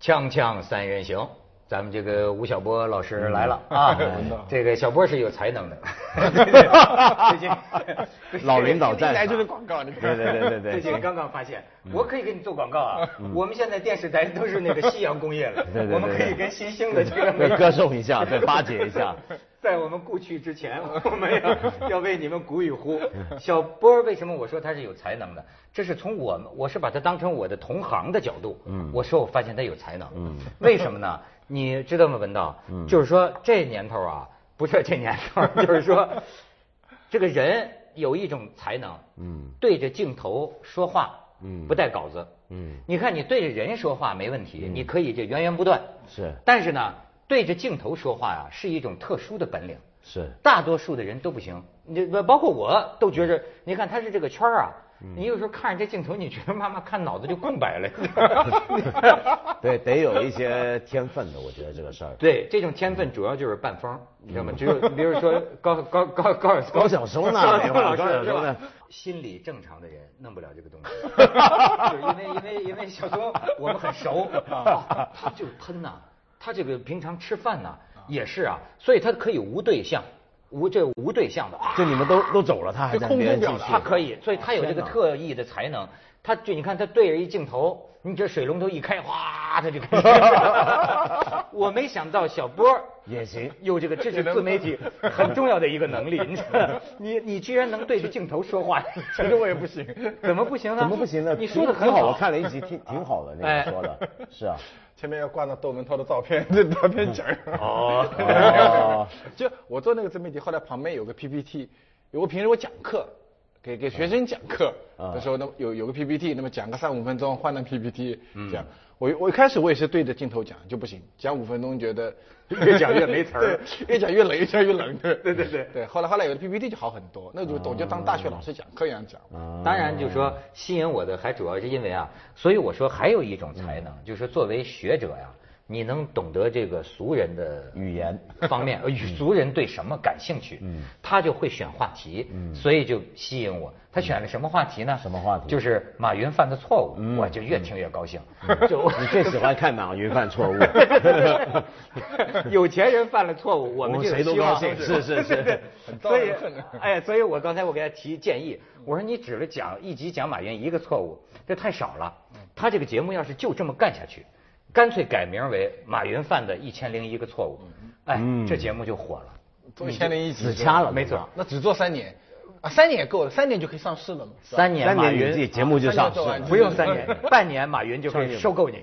锵锵三人行，咱们这个吴晓波老嗯师来 了啊！这个小波是有才能的，最 近老领导战来这个广告，你看，对对对对对，最近刚刚发现，我可以给你做广告啊！嗯我们现在电视台都是那个夕阳工业了，我们可以跟新兴的这个对歌颂一下，对巴结一下。在我们故去之前，我们要要为你们鼓与呼。小波为什么我说他是有才能的？这是从我们，我是把他当成我的同行的角度，嗯，我说我发现他有才能，嗯，为什么呢？你知道吗，文道？嗯，就是说这年头啊，不是这年头，就是说这个人有一种才能，嗯，对着镜头说话，嗯，不带稿子，嗯，你看你对着人说话没问题，你可以这源源不断，是，但是呢。对着镜头说话呀、啊，是一种特殊的本领，是大多数的人都不行。你包括我都觉着，你看他是这个圈儿啊，你有时候看着这镜头，你觉得慢慢看脑子就空白 了。对，得有一些天分的，我觉得这个事儿。对，这种天分主要就是半方，你知道吗？只有比如说高高高高嗯高小松呢，高小松呢。心理正常的人弄不了这个东西， 就是因为因为因为小松我们很熟，啊、他就喷呐、啊。他这个平常吃饭呢、啊、也是啊，所以他可以无对象，无这无对象的。啊就你们都都走了，他还在空中表达，他可以，所以他有啊这个特异的才能。他就你看他对着一镜头，你这水龙头一开，哗，他就开始。 我没想到小波也行，有这个这是自媒 体很重要的一个能力。你你你居然能对着镜头说 话，这个我也不行， 怎么不行呢？怎么不行呢？你说的很好，我看了一集，挺挺好的那个说的，是啊。前面要挂上窦文涛的照片， 这照片角儿。嗯哦， 就我做那个自媒体，后来旁边有个 PPT，我平时我讲课，给给学生讲课嗯的时候，那么有有个 PPT，那么讲个三五分钟，换成 PPT 嗯讲。我我一开始我也是对着镜头讲就不行，讲五分钟觉得 越讲越 没词儿越讲越冷，越讲越冷 对对对对对。后来后来有了 PPT 就好很多，那就我就当大学老师讲课一样讲。当然就说吸引我的还主要是因为啊，所以我说还有一种才能，嗯、就是作为学者呀、啊，你能懂得这个俗人的语言嗯方 面，呃与俗人对什么感兴趣，嗯、他就会选话题，嗯、所以就吸引我。他选了什么话题呢？嗯什么话题？就是马云犯的错误，嗯、我就越听越高兴。嗯、 就你最喜欢看马云犯错误。 有钱人犯了错误，我们就谁都高兴。是是是。 所以，哎，所以我刚才我给他提建议，我说你只是讲一集讲马云一个错误，这太少了。他这个节目要是就这么干下去，干脆改名为《马云犯的一千零一个错误》，哎，嗯、这节目就火了。一千零一只掐了，没错。那只做三年。啊，三年也够了，三年就可以上市了嘛。三年，马云节目就上市，不用三 年，半年马云就可以收购你。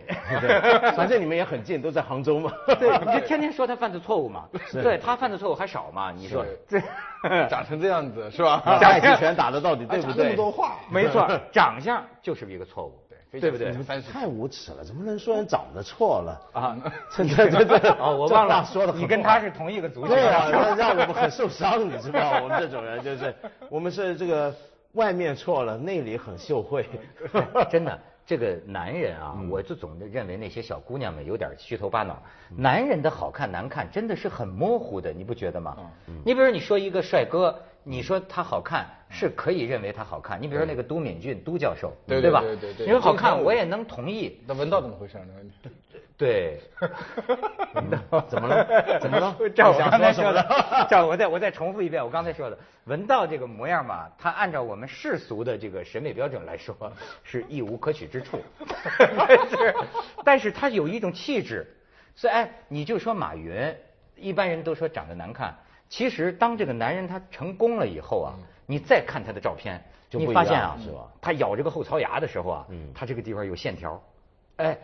反正你们也很近，都在杭州嘛。对，你就天天说他犯的错误嘛。对他犯的错误还少嘛？你说 这 长成这样子是 吧？ 打击拳打的到底对不对？这么多话，没错，长相就是一个错误。对不对？太无耻了，怎么能说人长得错了啊？这这这这哦，我忘了说的。你跟他是同一个族群，对啊，让我们很受伤，你知道，我们这种人就是我们是这个外面错了，内里很羞愧。 真的，这个男人啊，嗯我就总认为那些小姑娘们有点虚头巴脑。男人的好看难看真的是很模糊的，你不觉得吗？你比如你说一个帅哥。你说他好看是可以认为他好看，你比如说那个都敏俊都教授，对吧？对对对你说好看我也能同意。那文道怎么回事呢？对， 怎么了？怎么了？照我刚才说 的，照我再我再重复一遍我刚才说的，文道这个模样嘛，他按照我们世俗的这个审美标准来说是一无可取之处，是，但是他有一种气质，所以哎，你就说马云，一般人都说长得难看。其实，当这个男人他成功了以后啊，你再看他的照片，你发现啊，他咬这个后槽牙的时候啊，他这个地方有线条，哎，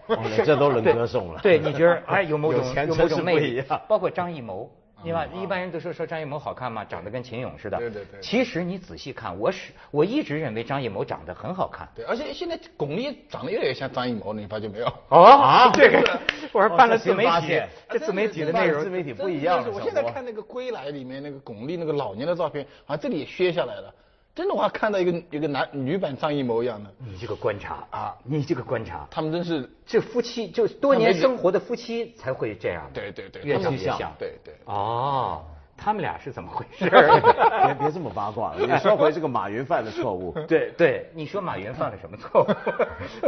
这都能歌 颂了。对，你觉得哎有某种有某种魅力，包括张艺谋，对吧？一般人都说说张艺谋好看嘛，长得跟秦勇似的。对对对。其实你仔细看，我是我一直认为张艺谋长得很好看。对，而且现在巩俐长得越来越像张艺谋了，你发觉没有？哦啊，这个我说办了自媒体，啊这自媒体的内容自媒体不一样了。我现在看那个《归来》里面那个巩俐那个老年的照片，好像这里也削下来了。真的，我还看到一个一个男女版张艺谋一样的。你这个观察啊，你这个观察，他们真是这夫妻，就是多年生活的夫妻才会这样。对对对，越长越像。对对。哦，他们俩是怎么回 事？别别这么八卦了。你说回这个马云犯的错误。 对对，你说马云犯了什么错误？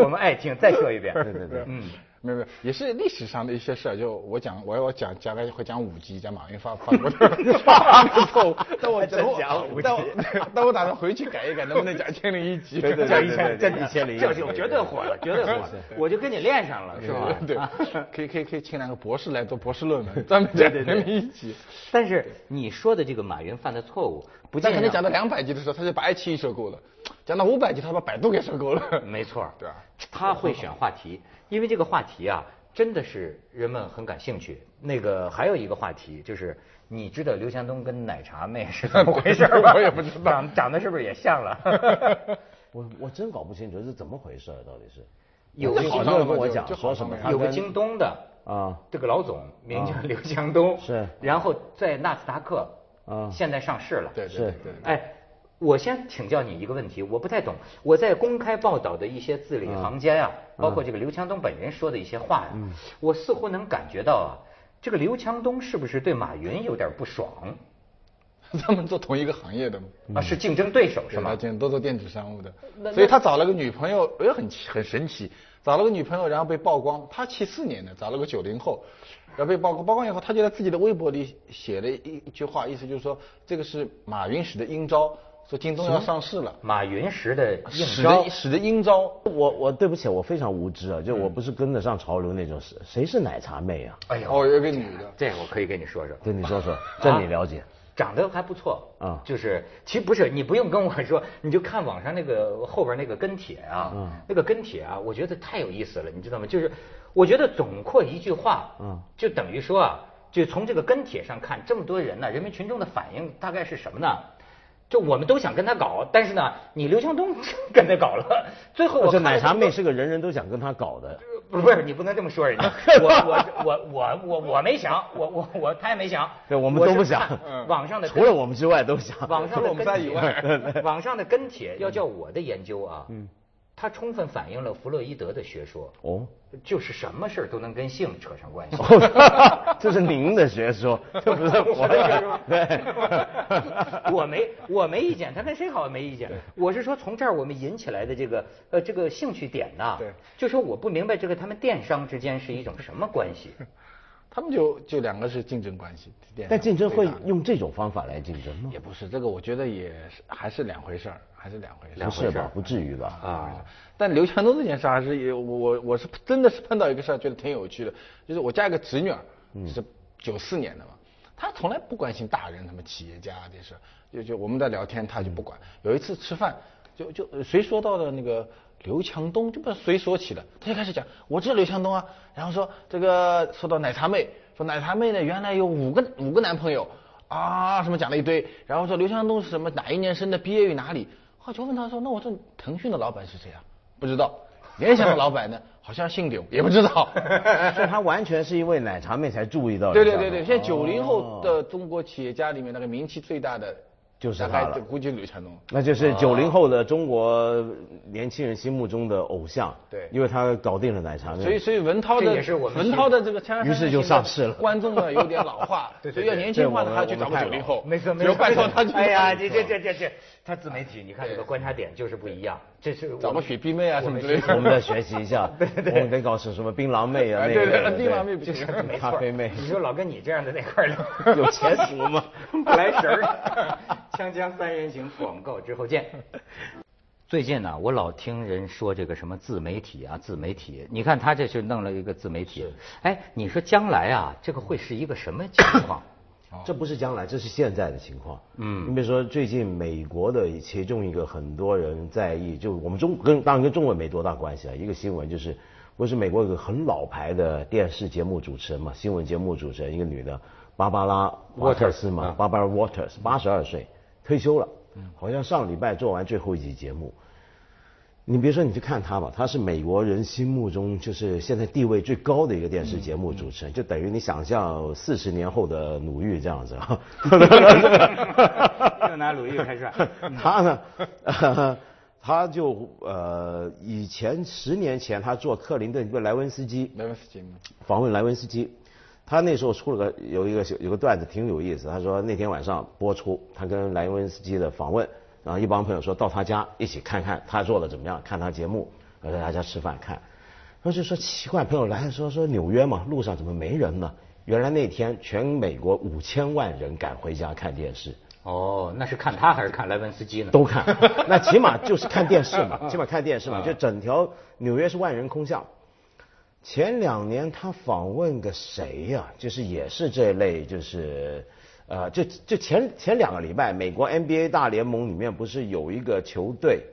我们爱听，再说一遍。对对对，嗯。没有没有，也是历史上的一些事儿。就我讲，我要讲大概会讲五 G，在马云发发过的时候，但哎我真讲五 G 但我但我打算回去改一改，能不能讲千零一集？对对叫对一千，对对对对这就绝对火了，绝对火了，我就跟你练上了，是吧？啊对，可以可以可以请两个博士来做博士论文， 专门讲人民一集。 但是你说的这个马云犯的错误，不但见可能讲得到两百集的时候，他就把爱奇艺收购了；讲到五百集，他把百度给收购了。嗯 没错儿，对啊他会选话题，因为这个话题啊，真的是人们很感兴趣。那个还有一个话题就是，你知道刘强东跟奶茶妹是怎么回事 吧？我也不知道长长得是不是也像了？ 我我真搞不清楚是怎么回事儿，到底是。有那一好朋个像友跟我讲就说什么好，他有个跟京东的啊这个老总名叫刘强东，是然后在纳斯达克啊现在上市了，对对是对对。哎，我先请教你一个问题，我不太懂。我在公开报道的一些字里行间啊，包括这个刘强东本人说的一些话呀、我似乎能感觉到啊，这个刘强东是不是对马云有点不爽？他们做同一个行业的嘛，啊，是竞争对手是对吧？吗？今都做电子商务的，所以他找了个女朋友，也很奇很神奇，找了个女朋友，然后被曝光。他七四年的，找了个九零后，然后被曝光。曝光以后，他就在自己的微博里写了一一句话，意思就是说这个是马云使的阴招，说京东要上市了，马云时的硬使招的，使的阴招。我我对不起，我非常无知啊，就我不是跟得上潮流那种。谁谁是奶茶妹啊？哎呦，哦，有一个女的，这我可以跟你说说。对，你说说，这你了解？长得还不错啊就是其实不是你不用跟我说，你就看网上那个后边那个跟帖啊，那个跟帖啊，我觉得太有意思了，你知道吗？就是我觉得总括一句话，嗯就等于说啊，就从这个跟帖上看，这么多人呢、人民群众的反应大概是什么呢？就我们都想跟他搞，但是呢，你刘强东 跟他搞了，最后我这看了啊奶茶这么多妹是个人人都想跟她搞的。不是不是，你不能这么说人 家。我我我我我我没想，我我我他也没想。对我们都不是看想嗯网上的除了我们之外都想。网上除了的我们仨跟以帖，网上的跟帖要叫我的研究啊，嗯，它充分反映了弗洛伊德的学说，哦，就是什么事儿都能跟性扯上关系。这是您的学说，这不是我的学说。对，我没我没意见，他跟谁好没意见。我是说从这儿我们引起来的这个呃这个兴趣点呐、对就说我不明白这个他们电商之间是一种什么关系。他们就就两个是竞争关系。电商但竞争会最大的用这种方法来竞争吗？也不是这个，我觉得也是还是两回事儿，还是两回事儿不。是吧？不至于吧？啊，但刘强东这件事还是也我我我是真的是碰到一个事儿，觉得挺有趣的，就是我家有个侄女儿，是九四年的嘛，她从来不关心大人什么企业家啊这事儿，就就我们在聊天，她就不管。有一次吃饭，就就呃谁说到了那个刘强东，就不知道谁说起的，她就开始讲我知道刘强东啊，然后说这个说到奶茶妹，说奶茶妹呢原来有五个五个男朋友啊，什么讲了一堆，然后说刘强东是什么哪一年生的，毕业于哪里。后来就问他说：“那我这腾讯的老板是谁啊？”不知道。联想的老板呢，好像姓刘，也不 知道。所以他完全是因为奶茶妹才注意到。对对对对，现在哦九零后的中国企业家里面，那个名气最大的，就是大他概了就估计是吕强东。那就是九零后的中国年轻人心目中的偶像。对因为他搞定了奶茶妹。所以，所以文涛这的也是我们文涛的这个锵锵三人于行是就的上市了观众呢有点老化， 对对所以要年轻化的他去找个九零后， 没错没就错，拜托他去。哎呀，这这这这这，他自媒体，你看这个观察点就是不一样，这是找个雪碧妹啊什么之类我的。们再学习一 下，我们得搞成什么槟榔妹啊，哎那对个对，另外妹 不行。没错咖啡妹你说老跟你这样的那块儿聊， 有前途 吗？ 不来神儿。 锵锵三人行，广告之后见。 最近呢、我老听人说这个什么自媒体啊，自媒体。你看他这是弄了一个自媒体，哎，你说将来啊，这个会是一个什么情况？这不是将来，这是现在的情况。嗯，你比如说，最近美国的其中一个很多人在意，就我们中跟当然跟中文没多大关系啊。一个新闻就是，不是美国有个很老牌的电视节目主持人嘛，新闻节目主持人，一个女的，芭芭拉华特斯嘛，芭芭拉嗯 Waters，八嗯十二岁，退休了，好像上礼拜做完最后一集节目。你别说，你去看他吧，他是美国人心目中就是现在地位最高的一个电视节目主持人，就等于你想象四十年后的鲁豫这样子啊。 又拿鲁豫开涮。他呢，呃他就呃，以前十年前他做克林顿跟莱文斯 基莱文斯基吗访问莱文斯基，他那时候出了个有一个有个段子挺有意思，他说那天晚上播出他跟莱文斯基的访问，然后一帮朋友说到他家一起看看他做的怎么样，看他节目，然后在他家吃饭看，后就说奇怪，朋友来说说纽约嘛，路上怎么没人呢？原来那天全美国五千万人赶回家看电视，哦，那是看他还是看莱文斯基呢？都 看，那起码就是看电视嘛，起码看电嗯视嘛，就整条纽约是万人空巷。前两年他访问个谁呀、就是也是这类，就是呃，就就前前两个礼拜，美国 NBA 大联盟里面不是有一个球队，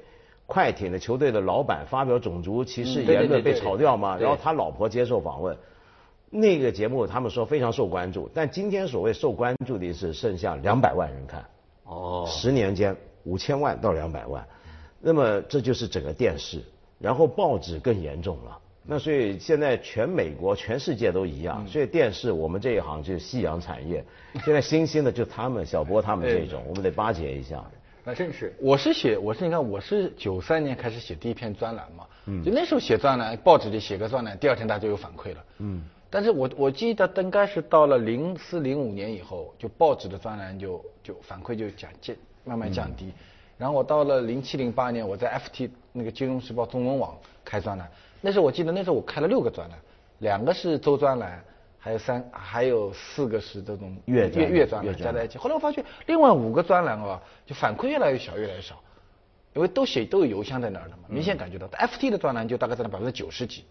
快艇的球队的老板发表种族歧视嗯对言对论对被对炒掉嘛？对然后他老婆接受访问。那个节目他们说非常受关注，但今天所谓受关注的是剩下两百万人看，哦，十年间五千万到两百万，那么这就是整个电视，然后报纸更严重了。那所以现在全美国、全世界都一样，所以电视我们这一行就是夕阳产业，现在新兴的就他们小波他们这种，我们得巴结一下。那真是我是写，我是你看，我是九三年开始写第一篇专栏嘛，嗯就那时候写专栏，报纸里写个专栏，第二天大家有反馈了，嗯，但是我我记得应该是到了零四零五年以后，就报纸的专栏就就反馈就降降慢慢降嗯低，然后我到了零七零八年，我在 FT 那个金融时报中文网开专栏，那时候我记得那时候我开了六个专栏，两个是周专栏。还有三，还有四个是这种月专月栏月专月栏专加在一起。后来我发现，另外五个专栏啊，就反馈越来越小，越来越少。因为都写都有邮箱在那儿的嘛，明显感觉到。但 FT 的专栏就大概占了百分之九十几，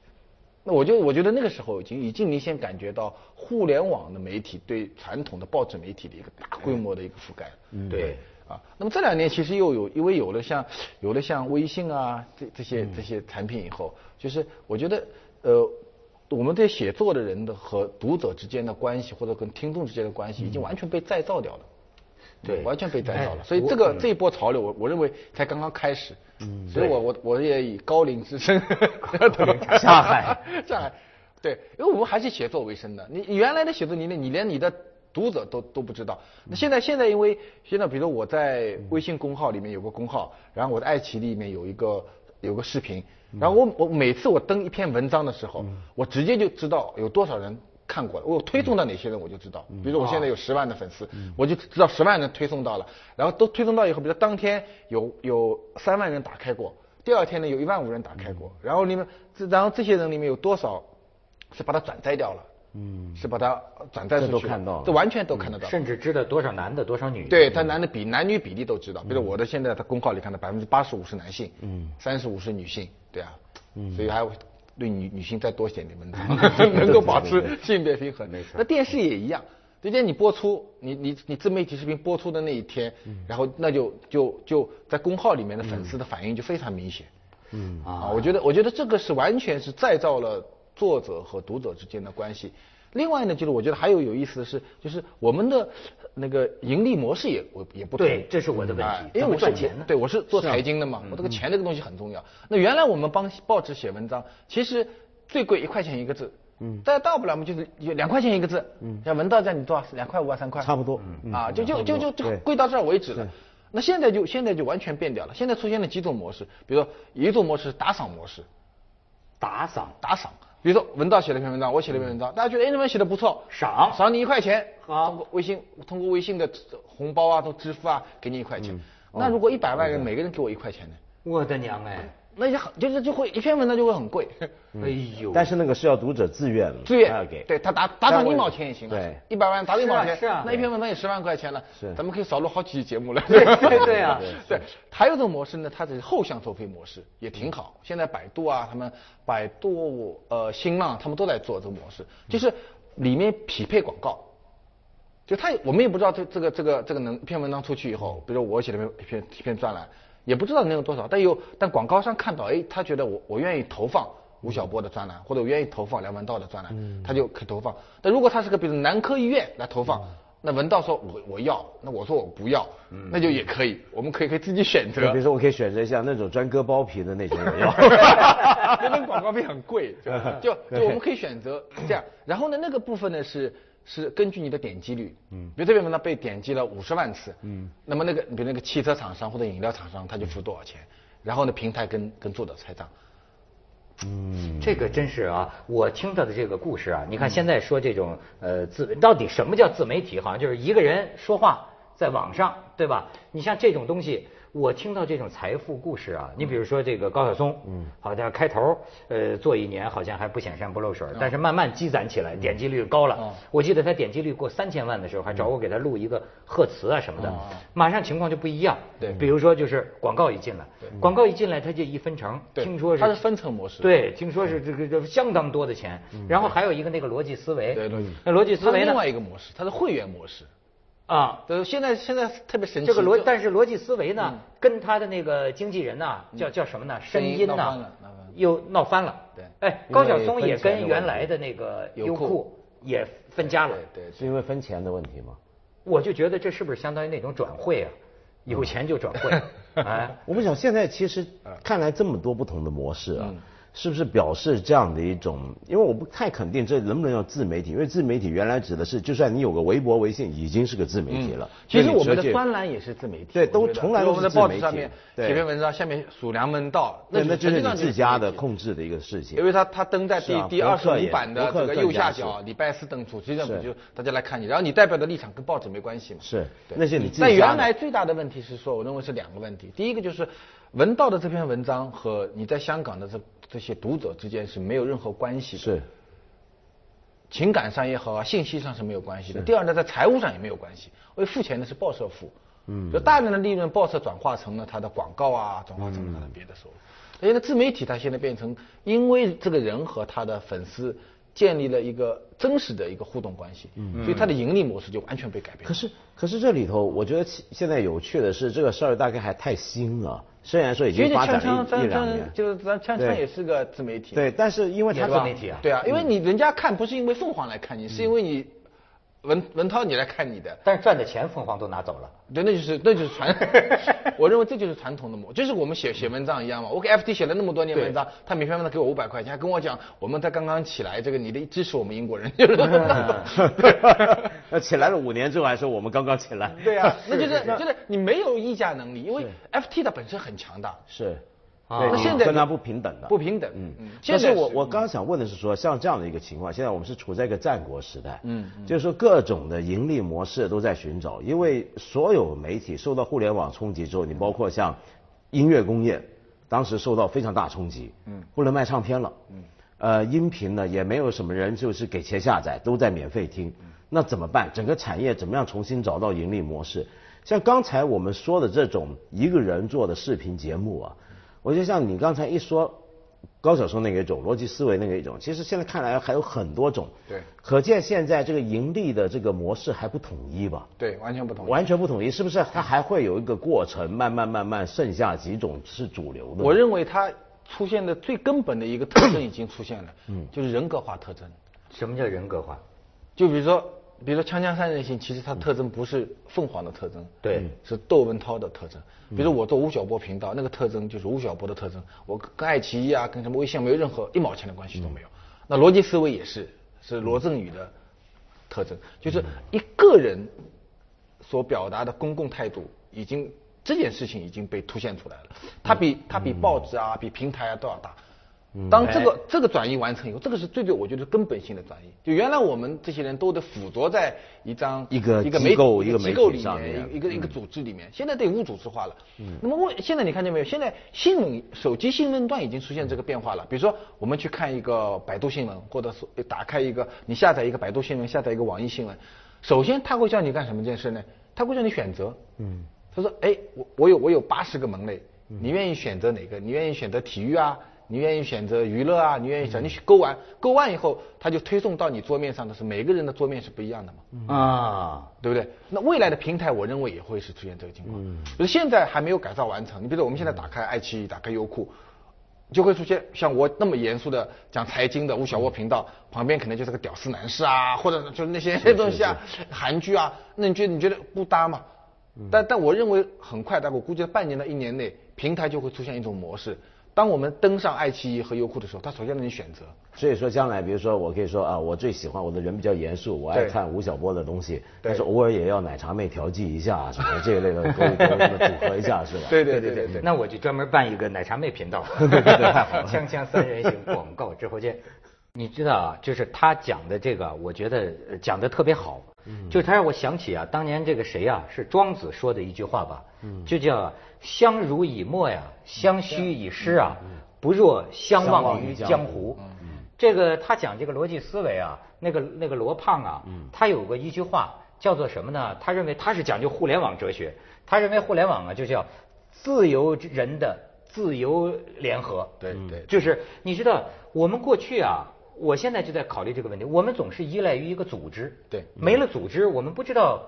那我就我觉得那个时候已经已经明显感觉到互联网的媒体对传统的报纸媒体的一个大规模的一个覆盖。嗯对。啊，那么这两年其实又有，因为有了像有了像微信啊这这些这些产品以后，就是我觉得呃，我们这写作的人的和读者之间的关系，或者跟听众之间的关系，已经完全被再造掉了。对完全被摘掉了。哎所以这个这一波潮流，我我认为才刚刚开始。嗯，所以我我我也以高龄之身 下海，下海，对，因为我们还是写作为生的。你你原来的写作，你连你连你的读者都都不知道。那现在现在因为现在，比如说我在微信公号里面有个公号，然后我的爱奇艺里面有一个有个视频，然后我我每次我登一篇文章的时候，我直接就知道有多少人。看过了，我推送到哪些人我就知道。比如说我现在有十万的粉丝，我就知道十万人推送到了，然后都推送到以后，比如说当天有有三万人打开过，第二天呢有一万五人打开过，嗯然后里面这然后这些人里面有多少是把它转载掉了？嗯，是把它转载出去这都看到了嗯这完全都看得到。甚至知道多少男的多少女的。对他男的比男女比例都知嗯道，比如我的现在他公告里看到百分之八十五是男性，嗯，三十五是女性，对啊，嗯所以还会对女女性再多写点 文章，能够保持性别平衡。没错，那电视也一样，今天你播出，你你你自媒体视频播出的那一天，嗯然后那就就就在公号里面的粉丝的反应就非常明显，嗯啊，我觉得我觉得这个是完全是再造了作者和读者之间的关系。另外呢，就是我觉得还有有意思的是，就是我们的呃那个盈利模式也我也不同对这是我的问题哎怎因为么我是赚钱呢对我是做啊财经的嘛，嗯我这个钱这个东西很重要。那原来我们帮报纸写文章，其实最贵一块钱一个字，嗯，但大不了嘛就是有两块钱一个字，嗯，像文道这样你多少两块五啊三块，差不多嗯啊，就就就就就对贵到这儿为止了。那现在就现在就完全变掉了，现在出现了几种模式，比如说有一种模式是打赏模式，打赏打赏。比如说文道写了篇文章，我写了篇文章，大家觉得哎那边写的不错，赏赏你一块钱，好通过微信通过微信的红包啊，都支付啊，给你一块嗯钱。那哦如果一百万人每个人给我一块钱呢？我的娘哎！那就很就是就会一篇文章就会很 贵，哎呦，但是那个是要读者自愿，对，他要给，对他打打赏但我一毛钱也行啊，对一百万打赏一毛钱，啊是啊是啊那一篇文章也十万块钱了，是咱们可以少录好几期节目了，对对对啊 对，还有一种模式呢，它是后向收费模式，也挺嗯好。现在百度啊，他们百度呃新浪他们都在做这个模式，就是里面匹配广告。就他，我们也不知道这这个这个这个能篇文章出去以后，比如我写了篇一篇一篇专栏，也不知道能有多少，但有但广告商看到，哎，他觉得我我愿意投放吴晓波的专栏，或者我愿意投放梁文道的专栏，嗯他就可以投放。但如果他是个比如南科医院来投嗯放，那文道说我我要，那我说我不要，那就也可以，我们可以可以自己选择就嗯比。如说我可以选择一下那种专割包皮的那种人要。那边广告费很 贵，就就就我们可以选择这样。然后呢，那个部分呢是是根据你的点击率，嗯，比如这篇文章被点击了五十万次，嗯，那么那个比如那个汽车厂商或者饮料厂商他就付多少钱，然后呢平台跟跟作者拆账，嗯这个真是啊，我听到的这个故事啊，你看现在说这种呃自，到底什么叫自媒体？好像就是一个人说话在网上，对吧？你像这种东西，我听到这种财富故事啊，嗯你比如说这个高晓松，嗯，好像开头呃做一年好像还不显山不露哦水，但是慢慢积攒起嗯来，点击率高了。我记得他点击率过三千万的时候，还找我给他录一个贺词啊什么的，马上情况就不一样。哦对比如说就是广告一进来，广告一进来他就一分成，对听说是它是分成模式嗯对，听说是这个这个相当多的钱。然后还有一个那个逻辑思维，对逻辑那逻辑思它维是呢另外一个模式，它是会员模式。啊，呃，现在现在特别神奇，这个逻，就嗯但是逻辑思维呢，跟他的那个经纪人呐，叫叫什么呢？声声音音嗯闹翻呐了闹翻了，又闹翻了。对哎，因为高晓松也分钱的跟问原题来的那个优优酷酷也分家了对。对是因为分钱的问题吗？我就觉得这是不是相当于那种转会啊？嗯有钱就转 会，哎，我们想现在其实嗯看来这么多不同的模式啊，是不是表示这样的一种？因为我不太肯定这能不能叫自媒体，因为自媒体原来指的是，就算你有个微博、微信，已经是个自媒体了。嗯其实所以你我们直接的专栏也是自媒体，对我觉都得从来都比如我们的是自报媒纸体上面对写篇文章，下面数梁门道，对，那那就是你自家的控。控制的一个事情。因为它它登在第是啊第博二十客也五版的博客这个右更加下角，礼拜四登出，实际上是就大家来看你，然后你代表的立场跟报纸没关系嘛。是对那是你自己但家的原来最大的问题是说，我认为是两个问题，第一个就是文道的这篇文章和你在香港的这这些读者之间是没有任何关系的。是情感上也好啊，信息上是没有关系的。第二呢，在财务上也没有关系，因为付钱的是报社付，嗯，就大量的利润报社转化成了它的广告啊，转化成了它的别的收入。嗯所以呢，自媒体它现在变成，因为这个人和他的粉丝建立了一个真实的一个互动关系，嗯，所以它的盈利模式就完全被改变可了。是，可是这里头，我觉得其现在有趣的是，这个事儿大概还太新了。虽然说已其经实发展锵了锵一一锵两年锵，就是咱锵锵对也是个自媒体，对，嗯但是因为也它是自媒体啊对啊，因为你人家看不是因为凤凰来看你，是因为你文文涛你来看你的，但是赚的钱凤凰都拿走了。对，那就是那就是传，我认为这就是传统的模，就是我们写写文章一样嘛。我给 FT 写了那么多年文章，他每篇文章给我五百块钱，还跟我讲我们才刚刚起来，这个你得支持我们英国人， 就是 那起来了五年之后还说我们刚刚起来，对啊，那就是就是你没有议价能力，因为 FT 它本身很强大，是，啊对那你哦现在跟他你不平等的，不平等。嗯，啊但现是在我是我刚想问的是说，像这样的一个情况，现在我们是处在一个战国时代，嗯，就是说各种的盈利模式都在寻找，因为所有媒体受到互联网冲击之后，你包括像音乐工业，当时受到非常大冲击，嗯，不能卖唱片了，嗯，呃，音频呢也没有什么人就是给钱下载，都在免费听，那怎么办？整个产业怎么样重新找到盈利模式？像刚才我们说的这种一个人做的视频节目啊，我就像你刚才一说，高晓松那个一种，逻辑思维那个一种，其实现在看来还有很多种。对，可见现在这个盈利的这个模式还不统一吧？对完全不同意。完全不统一，是不是？它还会有一个过程，慢慢慢慢，剩下几种是主流的。我认为它出现的最根本的一个特征已经出现了，就是人格化特征。什么叫人格化？就比如说，比如说《锵锵三人行》，其实它特征不是凤凰的特征，对嗯，是窦文涛的特征。比如说我做吴晓波频道，那个特征就是吴晓波的特征，我跟爱奇艺啊，跟什么微信没有任何一毛钱的关系都嗯没有。那逻辑思维也是，是罗振宇的特征，就是一个人所表达的公共态度已经。这件事情已经被凸显出来了，它嗯比它比报纸啊，比平台啊都要大。当这个这个转移完成以后，这个是最对我觉得根本性的转移。就原来我们这些人都得附着在一张一个一个机媒构一一个媒机构体里上面，面一个一个组织里面，现在得无组织化了。那么我现在你看见没有？现在新闻手机新闻端已经出现这个变化了。比如说我们去看一个百度新闻，或者是打开一个你下载一个百度新闻，下载一个网易新闻，首先他会叫你干什么件事呢？他会叫你选择。嗯。他说：“哎，我我有我有八十个门类，你愿意选择哪个？你愿意选择体育啊？你愿意选择娱乐啊？你愿意选？你勾完勾完以后，它就推送到你桌面上的是每个人的桌面是不一样的嘛，啊，对不对？那未来的平台，我认为也会是出现这个情况，就是现在还没有改造完成。你比如说，我们现在打开爱奇艺，打开优酷。”就会出现像我那么严肃的讲财经的吴晓波频道，旁边可能就是个屌丝男士啊，或者就是那些东西啊，韩剧啊，那你觉得你觉得不搭吗？但但我认为很快，但我估计半年到一年内，平台就会出现一种模式。当我们登上爱奇艺和优酷的时候，它首先让你选择，所以说，将来比如说，我可以说啊，我最喜欢我的人比较严肃，我爱对看吴晓波的东西，对但是偶尔也要奶茶妹调剂一下啊什么这一类的，勾一勾什么组合一下是吧？对对对对对那 我就专门办一个奶茶妹频道，对对对，锵锵三人行广告直播间。你知道啊，就是他讲的这个，我觉得呃讲的特别好，就是他让我想起啊，当年这个谁啊，是庄子说的一句话吧，就叫相濡以沫呀，相须以诗啊，不若相忘于江湖。嗯这个他讲这个逻辑思维啊，那个那个罗胖啊，他有个一句话叫做什么呢？他认为他是讲究互联网哲学，他认为互联网啊就叫自由人的自由联合。嗯对对就是你知道我们过去啊。我现在就在考虑这个问题，我们总是依赖于一个组织，对没了组织，我们不知道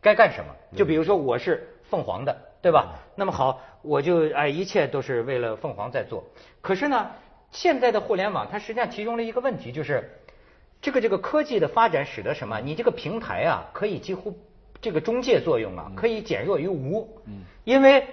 该干什么。就比如说我是凤凰的，对吧？那么好，我就哎，一切都是为了凤凰在做。可是呢，现在的互联网它实际上提供了一个问题，就是这个这个科技的发展使得什么？你这个平台啊，可以几乎这个中介作用啊，可以减弱于无。嗯，因为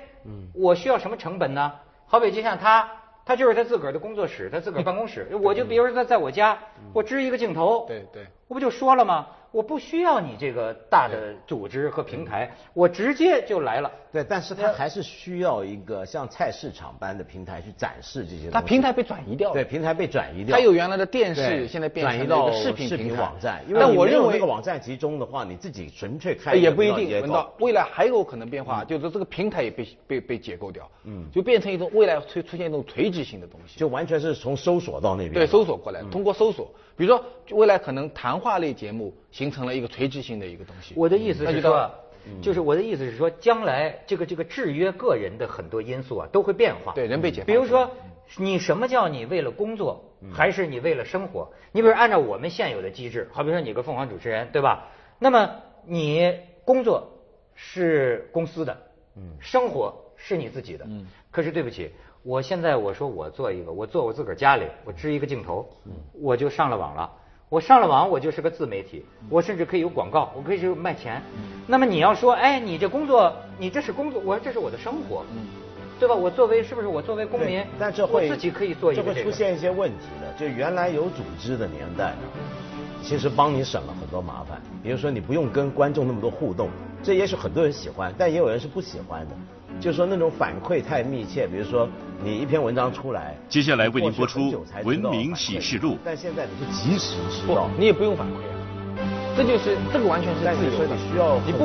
我需要什么成本呢？好比就像他。他就是他自个儿的工作室，他自个儿办公室。我就比如说他在我家，我支一个镜头，对对我不就说了吗？我不需要你这个大的组织和平台，我直接就来了。对，但是它还是需要一个像菜市场般的平台去展示这些东西。它平台被转移掉了对，平台被转移掉。它有原来的电对视，现在变转成移了到一个视频视平频台网站，因为但你我没有认为哎呃那个网站集中的话，你自己纯粹开也不一频道定。结文构道未来还有可能变嗯化，就是这个平台也被被被解构掉，嗯，就变成一种未来出出现一种垂直性的东西，就完全是从搜索到那边。对，搜索过来，嗯通过搜索，比如说就未来可能谈话类节目形成了一个垂直性的一个东西。我的意思那是就到说，就是我的意思是说，将来这个这个制约个人的很多因素啊，都会变化。对人被解放比如说，你什么叫你为了工作，还是你为了生活？你比如按照我们现有的机制，好比说你个凤凰主持人，对吧？那么你工作是公司的，嗯，生活是你自己的，嗯。可是对不起，我现在我说我做一个，我做我自个儿家里，我支一个镜头，我就上了网了。我上了网，我就是个自媒体，我甚至可以有广告，我可以有卖钱。那么你要说，哎，你这工作，你这是工作，我说这是我的生活，对吧？我作为是不是我作为公民对，但这会我自己可以做一个这会这个出现一些问题的。就原来有组织的年代，其实帮你省了很多麻烦。比如说你不用跟观众那么多互动，这也许很多人喜欢，但也有人是不喜欢的。就是说那种反馈太密切，比如说你一篇文章出来，接下来为您播出你过去很久才知道文明启示录但现在你是及时知不道，，你也不用反馈啊，这就是这个完全是嗯但自是由说的你需要，你不